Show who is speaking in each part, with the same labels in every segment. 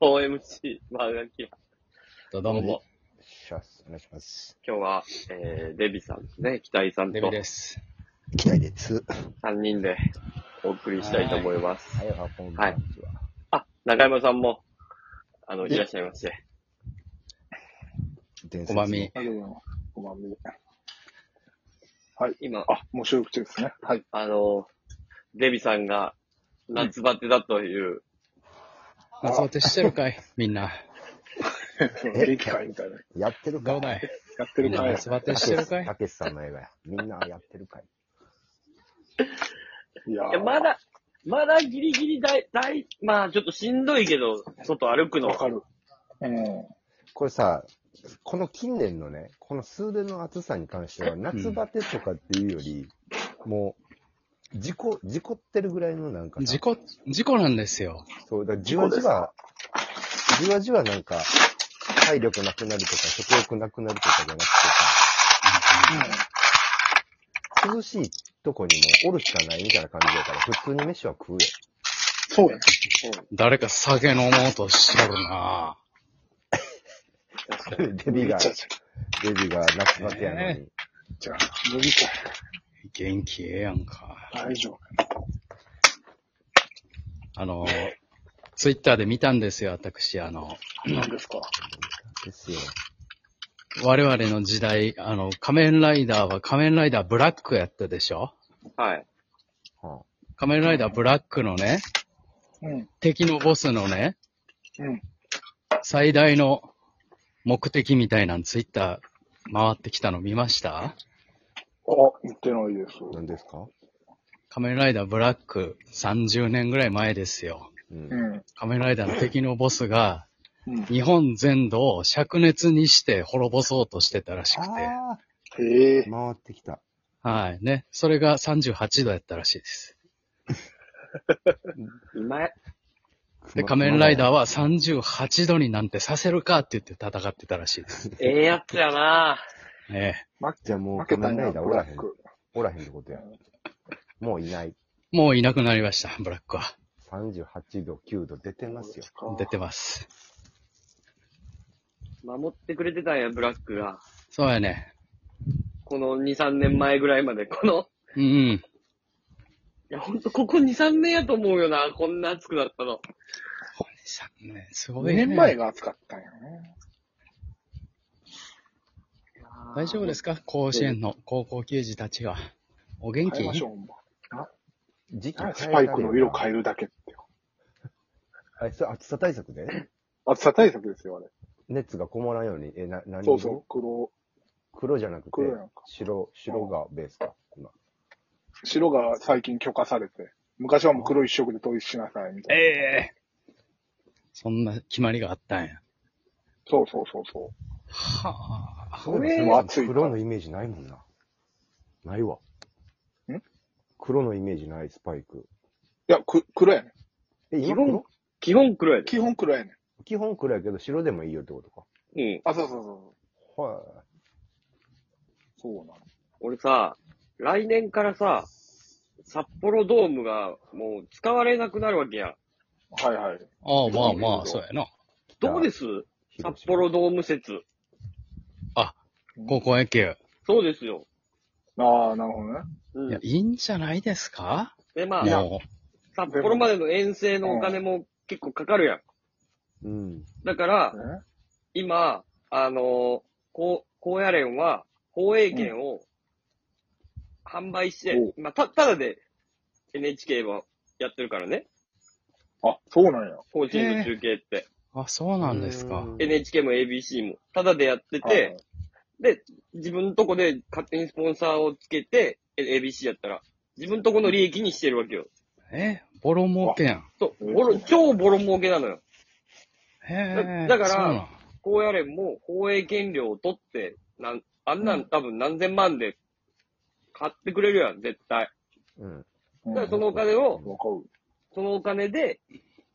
Speaker 1: 4MC マーガキラ。
Speaker 2: どう
Speaker 1: どう
Speaker 2: も
Speaker 1: も。。
Speaker 3: します。お願いします。
Speaker 1: 今日は、えー、デビさんですね。北井さん
Speaker 2: デ
Speaker 1: と
Speaker 2: ビです。
Speaker 3: 期待です。
Speaker 1: 3人でお送りしたいと思います。
Speaker 3: はい、はこんにちは。
Speaker 1: はいあ、中山さんも、あの、
Speaker 3: え
Speaker 1: いらっしゃいまして。
Speaker 3: 伝
Speaker 2: お
Speaker 3: 説
Speaker 2: まみ。
Speaker 4: あ、どうも、こんばんは。
Speaker 1: 今、
Speaker 4: あ、もう収録中ですね。はい。
Speaker 1: あの、デビさんが夏バテだという、
Speaker 2: 夏バテしてるかい みんな。
Speaker 4: そう元気かいみたいな。
Speaker 3: やってるか
Speaker 2: どうだい
Speaker 4: やってるかい
Speaker 2: 夏バテしてるかい
Speaker 3: たけしさんの映画や。みんなやってるかい
Speaker 4: いや
Speaker 1: いや
Speaker 4: ー、
Speaker 1: まだ、まだギリギリだい、だい、まあちょっとしんどいけど、外歩くの
Speaker 4: わ。かる。うん。
Speaker 3: これさ、この近年のね、この数年の暑さに関しては、夏バテとかっていうより、もう、事故、事故ってるぐらいのなんかな、
Speaker 2: 事故、事故なんですよ。
Speaker 3: そう、だからじわじわ、じわじわなんか、体力なくなるとか、食欲なくなるとかじゃなくてさ、涼しいとこにもおるしかないみたいな感じだから、普通に飯は食うよ。
Speaker 4: そうや。
Speaker 2: 誰か酒飲もうとしとるな
Speaker 3: デビ
Speaker 4: 麦
Speaker 3: が、
Speaker 4: 茶
Speaker 3: デ
Speaker 4: じ
Speaker 3: ビが夏バテやのに。
Speaker 2: ね
Speaker 4: ゃん。じゃあ、麦茶。
Speaker 2: 元気ええやんか。
Speaker 4: 大丈夫。
Speaker 2: あの、ツイッターで見たんですよ、私。あの、
Speaker 4: 何ですか
Speaker 3: ですよ。
Speaker 2: 我々の時代、あの、仮面ライダーは仮面ライダーブラックやったでしょ
Speaker 1: はい。
Speaker 3: は
Speaker 2: 仮面ライダーブラックのね、
Speaker 4: うん。
Speaker 2: 敵のボスのね、
Speaker 4: うん。
Speaker 2: 最大の目的みたいなんツイッター回ってきたの見ました
Speaker 4: あ、言ってないです。
Speaker 3: あ、何ですか
Speaker 2: 仮面ライダーブラック30年ぐらい前ですよ。
Speaker 3: うん
Speaker 4: う。ん。
Speaker 2: 仮面ライダーの敵のボスが
Speaker 4: うん。
Speaker 2: 日本全土を灼熱にして滅ぼそうとしてたらしくて。
Speaker 3: あ
Speaker 4: へえ
Speaker 3: ー、。回ってきた。
Speaker 2: はい。ね。それが38度やったらしいです。
Speaker 1: 今、
Speaker 2: で、仮面ライダー
Speaker 3: ー
Speaker 2: は38度になんてさせるかって言って戦ってたらしいです。
Speaker 1: ええやつやな
Speaker 2: ええ。
Speaker 3: じゃあもう
Speaker 4: 負け
Speaker 3: 仮
Speaker 4: た
Speaker 3: 面
Speaker 4: ん
Speaker 3: ラ
Speaker 4: や、
Speaker 3: イダー
Speaker 4: ブ
Speaker 3: おら
Speaker 4: ラ
Speaker 3: へ
Speaker 4: ッ
Speaker 3: ん。
Speaker 4: ク。
Speaker 3: おらへんってことや。もういない。
Speaker 2: もういなくなりました、ブラックは。
Speaker 3: 38度、9度出てますよ。
Speaker 2: 出てます。
Speaker 1: 守ってくれてたんや、ブラックが。
Speaker 2: そうやね。
Speaker 1: この2、3年前ぐらいまで、この、
Speaker 2: うんうん。
Speaker 1: いや、ほんと、ここ2、3年やと思うよな、こんな暑くなったの。
Speaker 2: さねす
Speaker 4: 2
Speaker 2: ごい、ね。
Speaker 4: 年前が暑かったんやね。
Speaker 2: 大丈夫ですすか甲子園の高校球児たちは。お元
Speaker 4: 変え
Speaker 2: 気
Speaker 4: ましょう、も
Speaker 3: 時期変えら
Speaker 4: う。
Speaker 3: れ
Speaker 4: ス
Speaker 3: る
Speaker 4: パイクの色変えるだけって。
Speaker 3: あれ、それ暑さ対策で
Speaker 4: 暑さ対策ですよ、あれ。
Speaker 3: 熱がこもらんように。え、な、何色
Speaker 4: そうそう。黒、
Speaker 3: 黒じゃなくて
Speaker 4: 黒やんか、
Speaker 3: 白、白がベースか。今
Speaker 4: 白が最近許可されて。昔はもう黒一色で統一しなさい、みたいな。
Speaker 2: ええそんな決まりがあったんや。
Speaker 4: そうそうそうそう。
Speaker 2: はあ。
Speaker 3: そうで
Speaker 4: えー
Speaker 3: すね。
Speaker 4: 暑いから
Speaker 3: 黒のイメージないもんな。ないわ。
Speaker 4: ん
Speaker 3: 黒のイメージない、スパイク。
Speaker 4: いや、く、黒やねん。
Speaker 3: え、
Speaker 1: 基
Speaker 3: 今
Speaker 1: 本
Speaker 3: 黒、
Speaker 1: 基本黒やで。
Speaker 4: 基本黒やねん。
Speaker 3: 基本黒やけど、白でもいいよってことか。
Speaker 1: うん。
Speaker 4: あ、そうそうそ
Speaker 3: は
Speaker 4: う。そうなの。
Speaker 1: 俺さ、来年からさ、札幌ドームがもう使われなくなるわけやん。
Speaker 4: はいはい。
Speaker 2: ああ、まあまあ、そうやな。
Speaker 3: い。
Speaker 1: どうですす札幌ドーム説。
Speaker 2: 高校野球。
Speaker 1: そうですよ。
Speaker 4: ああ、なるほどね。
Speaker 1: う
Speaker 2: いや
Speaker 1: ん、。
Speaker 2: いいんじゃないですか
Speaker 1: で、まあ、
Speaker 2: もう。
Speaker 1: 札幌までの遠征のお金も結構かかるやん。
Speaker 3: うん。
Speaker 1: だから、
Speaker 4: ね
Speaker 1: 今、あのー、こう、高野連は、放映権を販売して、まあ、た、ただで NHK はやってるからね。
Speaker 4: あ、そうなんや。
Speaker 1: 個人の中継って。
Speaker 2: あ、そうなんですか。
Speaker 3: うん
Speaker 1: NHK も ABC も、ただでやって
Speaker 4: はい
Speaker 1: て、で、自分のとこで勝手にスポンサーをつけて、え ABC やったら、自分とこの利益にしてるわけよ。
Speaker 2: えボロ儲けやん。
Speaker 1: そう、ボロ、超ボロ儲けなのよ。
Speaker 2: へえ。
Speaker 1: だだから
Speaker 2: そうなん
Speaker 1: 高野連も放映権料を取って、なん、あんなん多分何千万で買ってくれるやん、絶対。
Speaker 3: うん。
Speaker 4: う
Speaker 1: だ
Speaker 4: ん
Speaker 1: からそ
Speaker 4: わ
Speaker 1: のお金を、
Speaker 4: かる。
Speaker 1: そのお金で、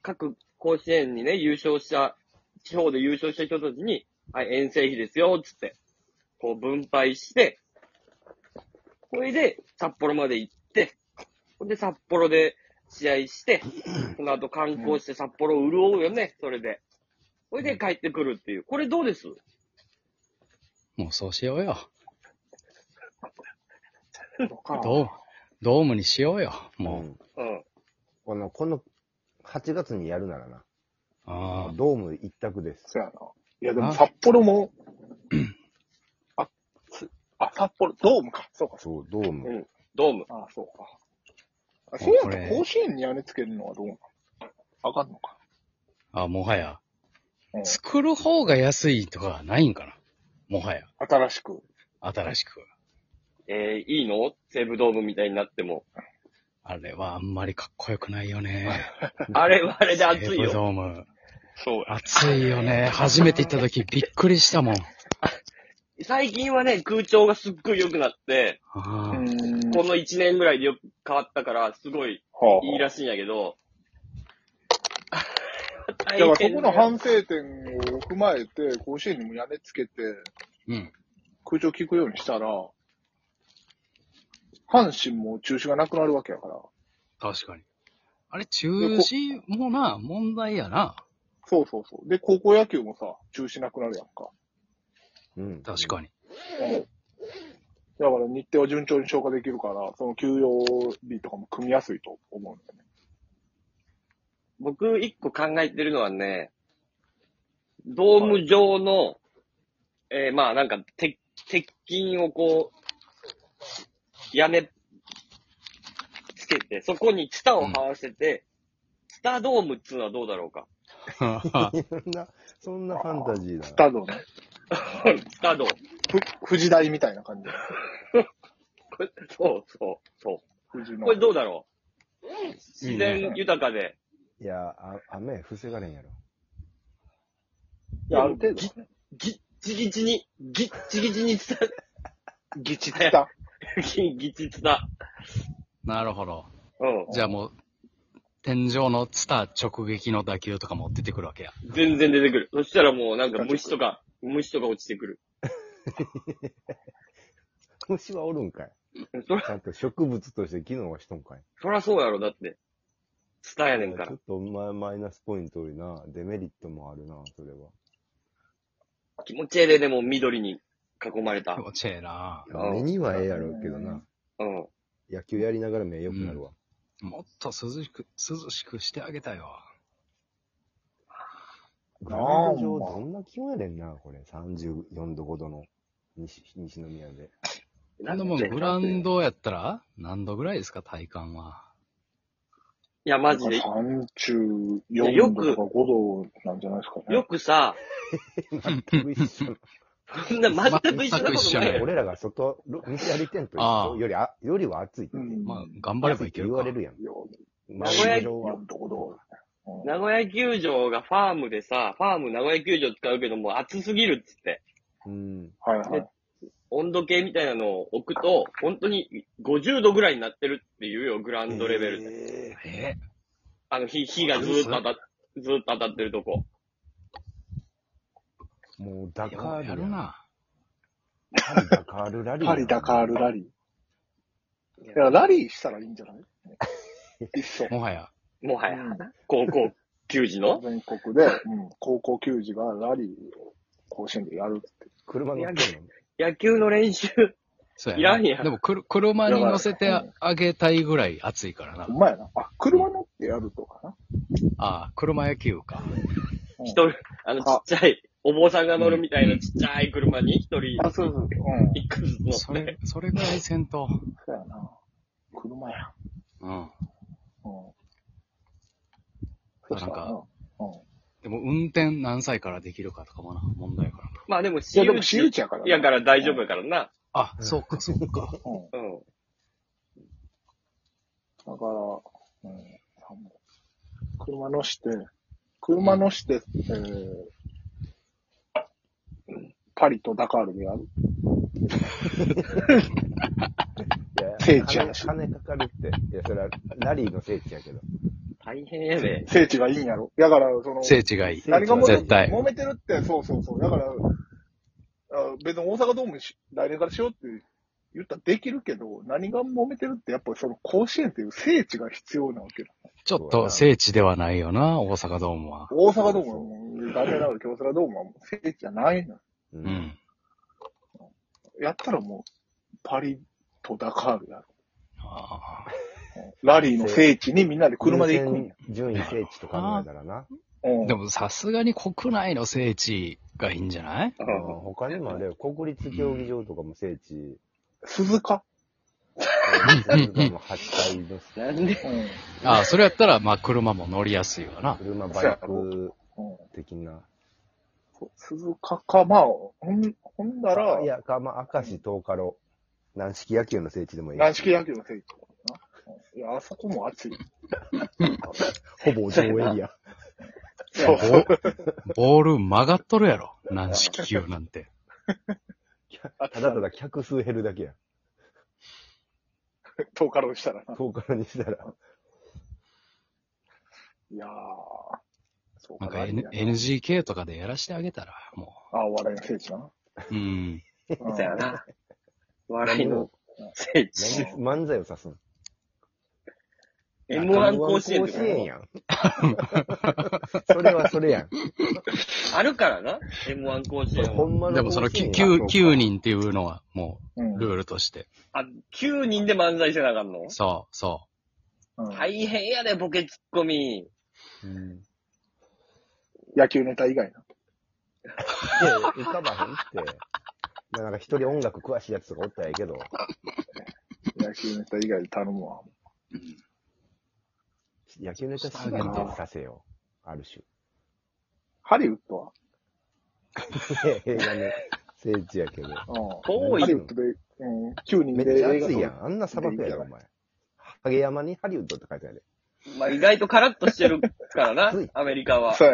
Speaker 1: 各甲子園にね、優勝した、地方で優勝した人たちに、はい、遠征費ですよ、つって、こう分配して、これで札幌まで行って、ほんで札幌で試合して、その後観光して札幌を潤うよね、それで。それで帰ってくるっていう。これどうです
Speaker 2: もうそうしようよ。
Speaker 4: とか
Speaker 2: ドーム、ドームにしようよ。
Speaker 3: う
Speaker 2: もう。
Speaker 3: ん。
Speaker 1: うん。
Speaker 3: この、この、8月にやるならな、
Speaker 2: ああ。
Speaker 3: ドーム一択です。
Speaker 4: そうやな。いや、でも札幌 も、あ、つあ、札幌、ドームか。そうか、そ
Speaker 3: そう、ドーム。
Speaker 1: ドーム
Speaker 4: う。か。あ、そうか。あ
Speaker 2: も
Speaker 4: そうう
Speaker 2: これ
Speaker 4: やと甲子園に屋根つけるのはどうなのあかんのか。
Speaker 2: あ、もはや。
Speaker 4: うん
Speaker 2: 作る方が安いとかはないんかな。もはや。
Speaker 4: 新しく。
Speaker 2: 新しく。
Speaker 1: えー、いいの西武ドームみたいになっても。
Speaker 2: あれはあんまりかっこよくないよね。
Speaker 1: あれはあれで熱い
Speaker 2: 西武
Speaker 1: よ。
Speaker 2: ドーム。
Speaker 1: そう。
Speaker 2: 暑いよね。初めて行った時びっくりしたもん。
Speaker 1: 最近はね、空調がすっごい良くなって、
Speaker 2: ああ
Speaker 4: うん
Speaker 1: この1年ぐらいでよく変わったから、すごい
Speaker 4: はあ
Speaker 1: いいらしいんやけど。
Speaker 4: だからそこの
Speaker 1: 半
Speaker 4: 反省点を踏まえて、甲子園にも屋根つけて、
Speaker 2: うん。
Speaker 4: 空調効くようにしたら、阪神も中止がなくなるわけやから。
Speaker 2: 確かに。あれ、中止もな、問題やな。
Speaker 4: そうそうそう。で、高校野球もさ、中止なくなるやんか。
Speaker 3: うん。
Speaker 2: 確かに。
Speaker 4: だから日程は順調に消化できるから、その休養日とかも組みやすいと思うんだよね。
Speaker 1: 僕、一個考えてるのはね、ドーム上の、えーまあなんか、鉄、鉄筋をこう、屋根、つけて、そこにツタを這わせて、ツタドームっつうのはどうだろうか。
Speaker 3: に。 そんな、そんなファンタジーだ
Speaker 4: ス。タードね。
Speaker 1: ツタドーム。
Speaker 4: ふ、藤台みたいな感じ。
Speaker 1: これそうそう、そう。
Speaker 4: 藤の。
Speaker 1: これどうだろう自
Speaker 2: いい
Speaker 1: 然豊かで。
Speaker 3: いや、あ雨防がれんやろ。
Speaker 4: いや、ある程度はね。
Speaker 1: ぎっちぎちに、ぎっちぎちにつた、
Speaker 4: ぎちつた。
Speaker 1: ぎぎちつた。
Speaker 2: なるほど。
Speaker 1: う
Speaker 2: じゃあもう、天井のツタ直撃の打球とかも出てくるわけや。
Speaker 1: ん。全然出てくる。そしたらもうなんか虫とか、虫とか落ちてくる。
Speaker 3: 虫はおるんかい。
Speaker 1: そら、
Speaker 3: ちゃんと植物として機能はしとんかい。
Speaker 1: そらそうやろ、だって。ツタやねんか
Speaker 3: ち
Speaker 1: ら
Speaker 3: ょっ。とママイナスポイント多いな。デメリットもあるな、それは。
Speaker 1: 気持ちええで、でも緑に囲まれた
Speaker 2: 気。持ちええな。
Speaker 1: あ
Speaker 3: 目にはええやろうけどな。
Speaker 1: うん。
Speaker 3: 野球やりながら目良くなるわ。
Speaker 2: もっと涼しく、涼しくしてあげたよ。
Speaker 3: グラウンド上どんな気温やねんな、これ。34度5度の西西宮で。
Speaker 2: でもグラウンドやったら何度ぐらいですか、体感は。
Speaker 1: いや、マジで。
Speaker 4: 34度とか5度なんじゃないですかね。
Speaker 1: よくさ、
Speaker 3: 全く一緒
Speaker 1: そんな全く一緒なことない
Speaker 2: 全く一緒
Speaker 1: やろ。
Speaker 3: 俺らが外、ろ西歩いてんと一
Speaker 2: あ
Speaker 3: 緒
Speaker 2: あ
Speaker 3: よりあ、よりは暑い。
Speaker 4: うん。
Speaker 2: まあ、頑張ればいける
Speaker 3: 言
Speaker 2: か
Speaker 3: わ。れるやん。名
Speaker 1: 名古屋
Speaker 3: 上は
Speaker 4: 4度、5度。うん
Speaker 1: 名古屋球場がファームでさ、ファーム名古屋球場使うけどもう暑すぎるっつって。
Speaker 3: うん。
Speaker 4: はいはい。
Speaker 1: 温度計みたいなのを置くと、本当に50度ぐらいになってるっていうよ、グラウンドレベルで。
Speaker 3: え
Speaker 2: え
Speaker 1: あの、火、火がずーっと当たっ、ずーっと当たってるとこ。
Speaker 3: ーもうダ
Speaker 2: え
Speaker 3: カール
Speaker 2: や
Speaker 3: や
Speaker 2: る
Speaker 3: ん。
Speaker 2: な。
Speaker 3: パリダカールラリーやん。
Speaker 4: パリ、ダカール、ラリー。
Speaker 1: い
Speaker 4: い
Speaker 1: や
Speaker 4: や、ラリーしたらいいんじゃ ないいっそ。
Speaker 2: もはや。
Speaker 1: もはや
Speaker 4: うん、
Speaker 1: 高校球児の。
Speaker 4: 全国で、うん、高校球児がラリーを甲子園でやるって。
Speaker 3: 車乗ってんの
Speaker 1: 野球の練習。
Speaker 2: そうや、
Speaker 1: いらんやん
Speaker 2: でも、くる車に乗せてあげたいぐらい暑いからな
Speaker 4: ほ。んまやな。あ、車乗ってやるとかな。
Speaker 2: ああ、車野球か。
Speaker 1: 一人、 あの、ちっちゃい、お坊さんが乗るみたいなちっちゃい車に一人、
Speaker 4: あ、そうそう。うん。
Speaker 1: 一個ずつ
Speaker 2: そ
Speaker 1: 乗って
Speaker 2: れ。、それぐらいせんと。
Speaker 4: そうやな。車や。
Speaker 2: うん。
Speaker 4: うん。
Speaker 2: なんか
Speaker 4: したらなうん。
Speaker 2: でも、運転何歳からできるかとかもな、問題やからな。
Speaker 1: まあでも、
Speaker 4: い
Speaker 1: 私
Speaker 4: や、でも
Speaker 1: 有
Speaker 4: 私
Speaker 1: 地
Speaker 4: 有地やからな
Speaker 1: やから大丈夫やからな。
Speaker 2: あ、そうか、そうか。
Speaker 4: うん。
Speaker 1: うん。
Speaker 4: だから、うん。車乗して、車乗して、えー、パリとダカールでやる。
Speaker 3: いや
Speaker 4: 聖地や
Speaker 3: 金金かかるって。いや、それはラリーの聖地やけど。
Speaker 1: 大変やで。
Speaker 4: 聖地がいいんやろ。だから、その、
Speaker 2: 聖地がいい。
Speaker 4: 何が揉め
Speaker 2: 絶対
Speaker 4: 揉めてるって、そうそうそう。だから、あ別に大阪ドームにし来年からしようって言ったらできるけど、何が揉めてるって、やっぱりその甲子園っていう聖地が必要なわけよ。
Speaker 2: ちょっと聖地ではないよな、大阪ドームは。
Speaker 4: 大阪ドームはもう、ダメなの京セラドームはもう聖地じゃないの。
Speaker 3: う
Speaker 2: う。ん。
Speaker 4: やったらもう、パリとダカールやろ。
Speaker 2: あ
Speaker 4: ラリーの聖地にみんなで車で行くんや。
Speaker 3: 順位聖地と考えたらな。
Speaker 4: うん
Speaker 2: ーでもさすがに国内の聖地がいいんじゃない
Speaker 1: あ
Speaker 3: うん他にもあれよ、国立競技場とかも聖地。
Speaker 4: 鈴鹿
Speaker 3: うんも8階の
Speaker 1: なんで
Speaker 4: うん。
Speaker 2: ああ、それやったら、まあ、車も乗りやすいわな。
Speaker 3: 車、バイク的な。
Speaker 4: そう鈴鹿か、まあ、ほん、ほんだら
Speaker 3: い、や、か、まあ、明石東カロ。軟式野球の聖地でもいい。
Speaker 4: 軟式野球の聖地だな。うんいや、あそこも暑い。
Speaker 3: ほぼ上 エリア。
Speaker 4: そうそう。
Speaker 2: ボール曲がっとるやろ。軟式球なんて。
Speaker 3: ただただ客数減るだけや。
Speaker 4: 10日ロしたらな。
Speaker 3: 東カロにしたら。
Speaker 4: いやー。そう
Speaker 2: なんか、
Speaker 4: 何
Speaker 2: N、
Speaker 4: や
Speaker 2: NGK とかでやらしてあげたら、も
Speaker 4: あ、お笑いの聖地な。
Speaker 2: う。うん。
Speaker 4: うん
Speaker 1: だよな。笑いの聖地。
Speaker 3: 何漫才を指すの
Speaker 1: M1 甲子園
Speaker 3: 甲
Speaker 1: とか
Speaker 3: 子園 やん。それはそれやん。
Speaker 1: あるからな。M1 甲子園
Speaker 3: ほ
Speaker 1: は。
Speaker 3: んまの
Speaker 2: でもその
Speaker 3: 甲子園
Speaker 2: 9、
Speaker 3: や
Speaker 2: 9 9人っていうのは、も
Speaker 4: うん
Speaker 2: う、ルールとして。
Speaker 1: あ、9人で漫才してなあかんの
Speaker 2: そう、そ
Speaker 4: うん
Speaker 1: 大変やで、ボケツッコミ。
Speaker 3: うん
Speaker 4: 野球ネタ以外な。
Speaker 3: で、浮かばへんって。なんか一人音楽詳しいやつとかおったらええけど、
Speaker 4: 野球ネタ以外で頼むわ。
Speaker 3: 野球ネタすぐにさせよう。ある種。
Speaker 4: ハリウッドは
Speaker 3: 映画の聖地やけど。
Speaker 1: 遠い
Speaker 4: ハリウッドで、うん、9人
Speaker 3: め
Speaker 4: で
Speaker 3: っちゃ
Speaker 4: 映画
Speaker 3: 暑
Speaker 4: 撮
Speaker 3: いや
Speaker 4: る。
Speaker 3: ん。あんな砂漠やろ、お前。ハゲ山にハリウッドって書いてある。
Speaker 1: まあ、意外とカラッとしてるからな
Speaker 3: 暑い、
Speaker 1: アメリカは。
Speaker 4: そうやね。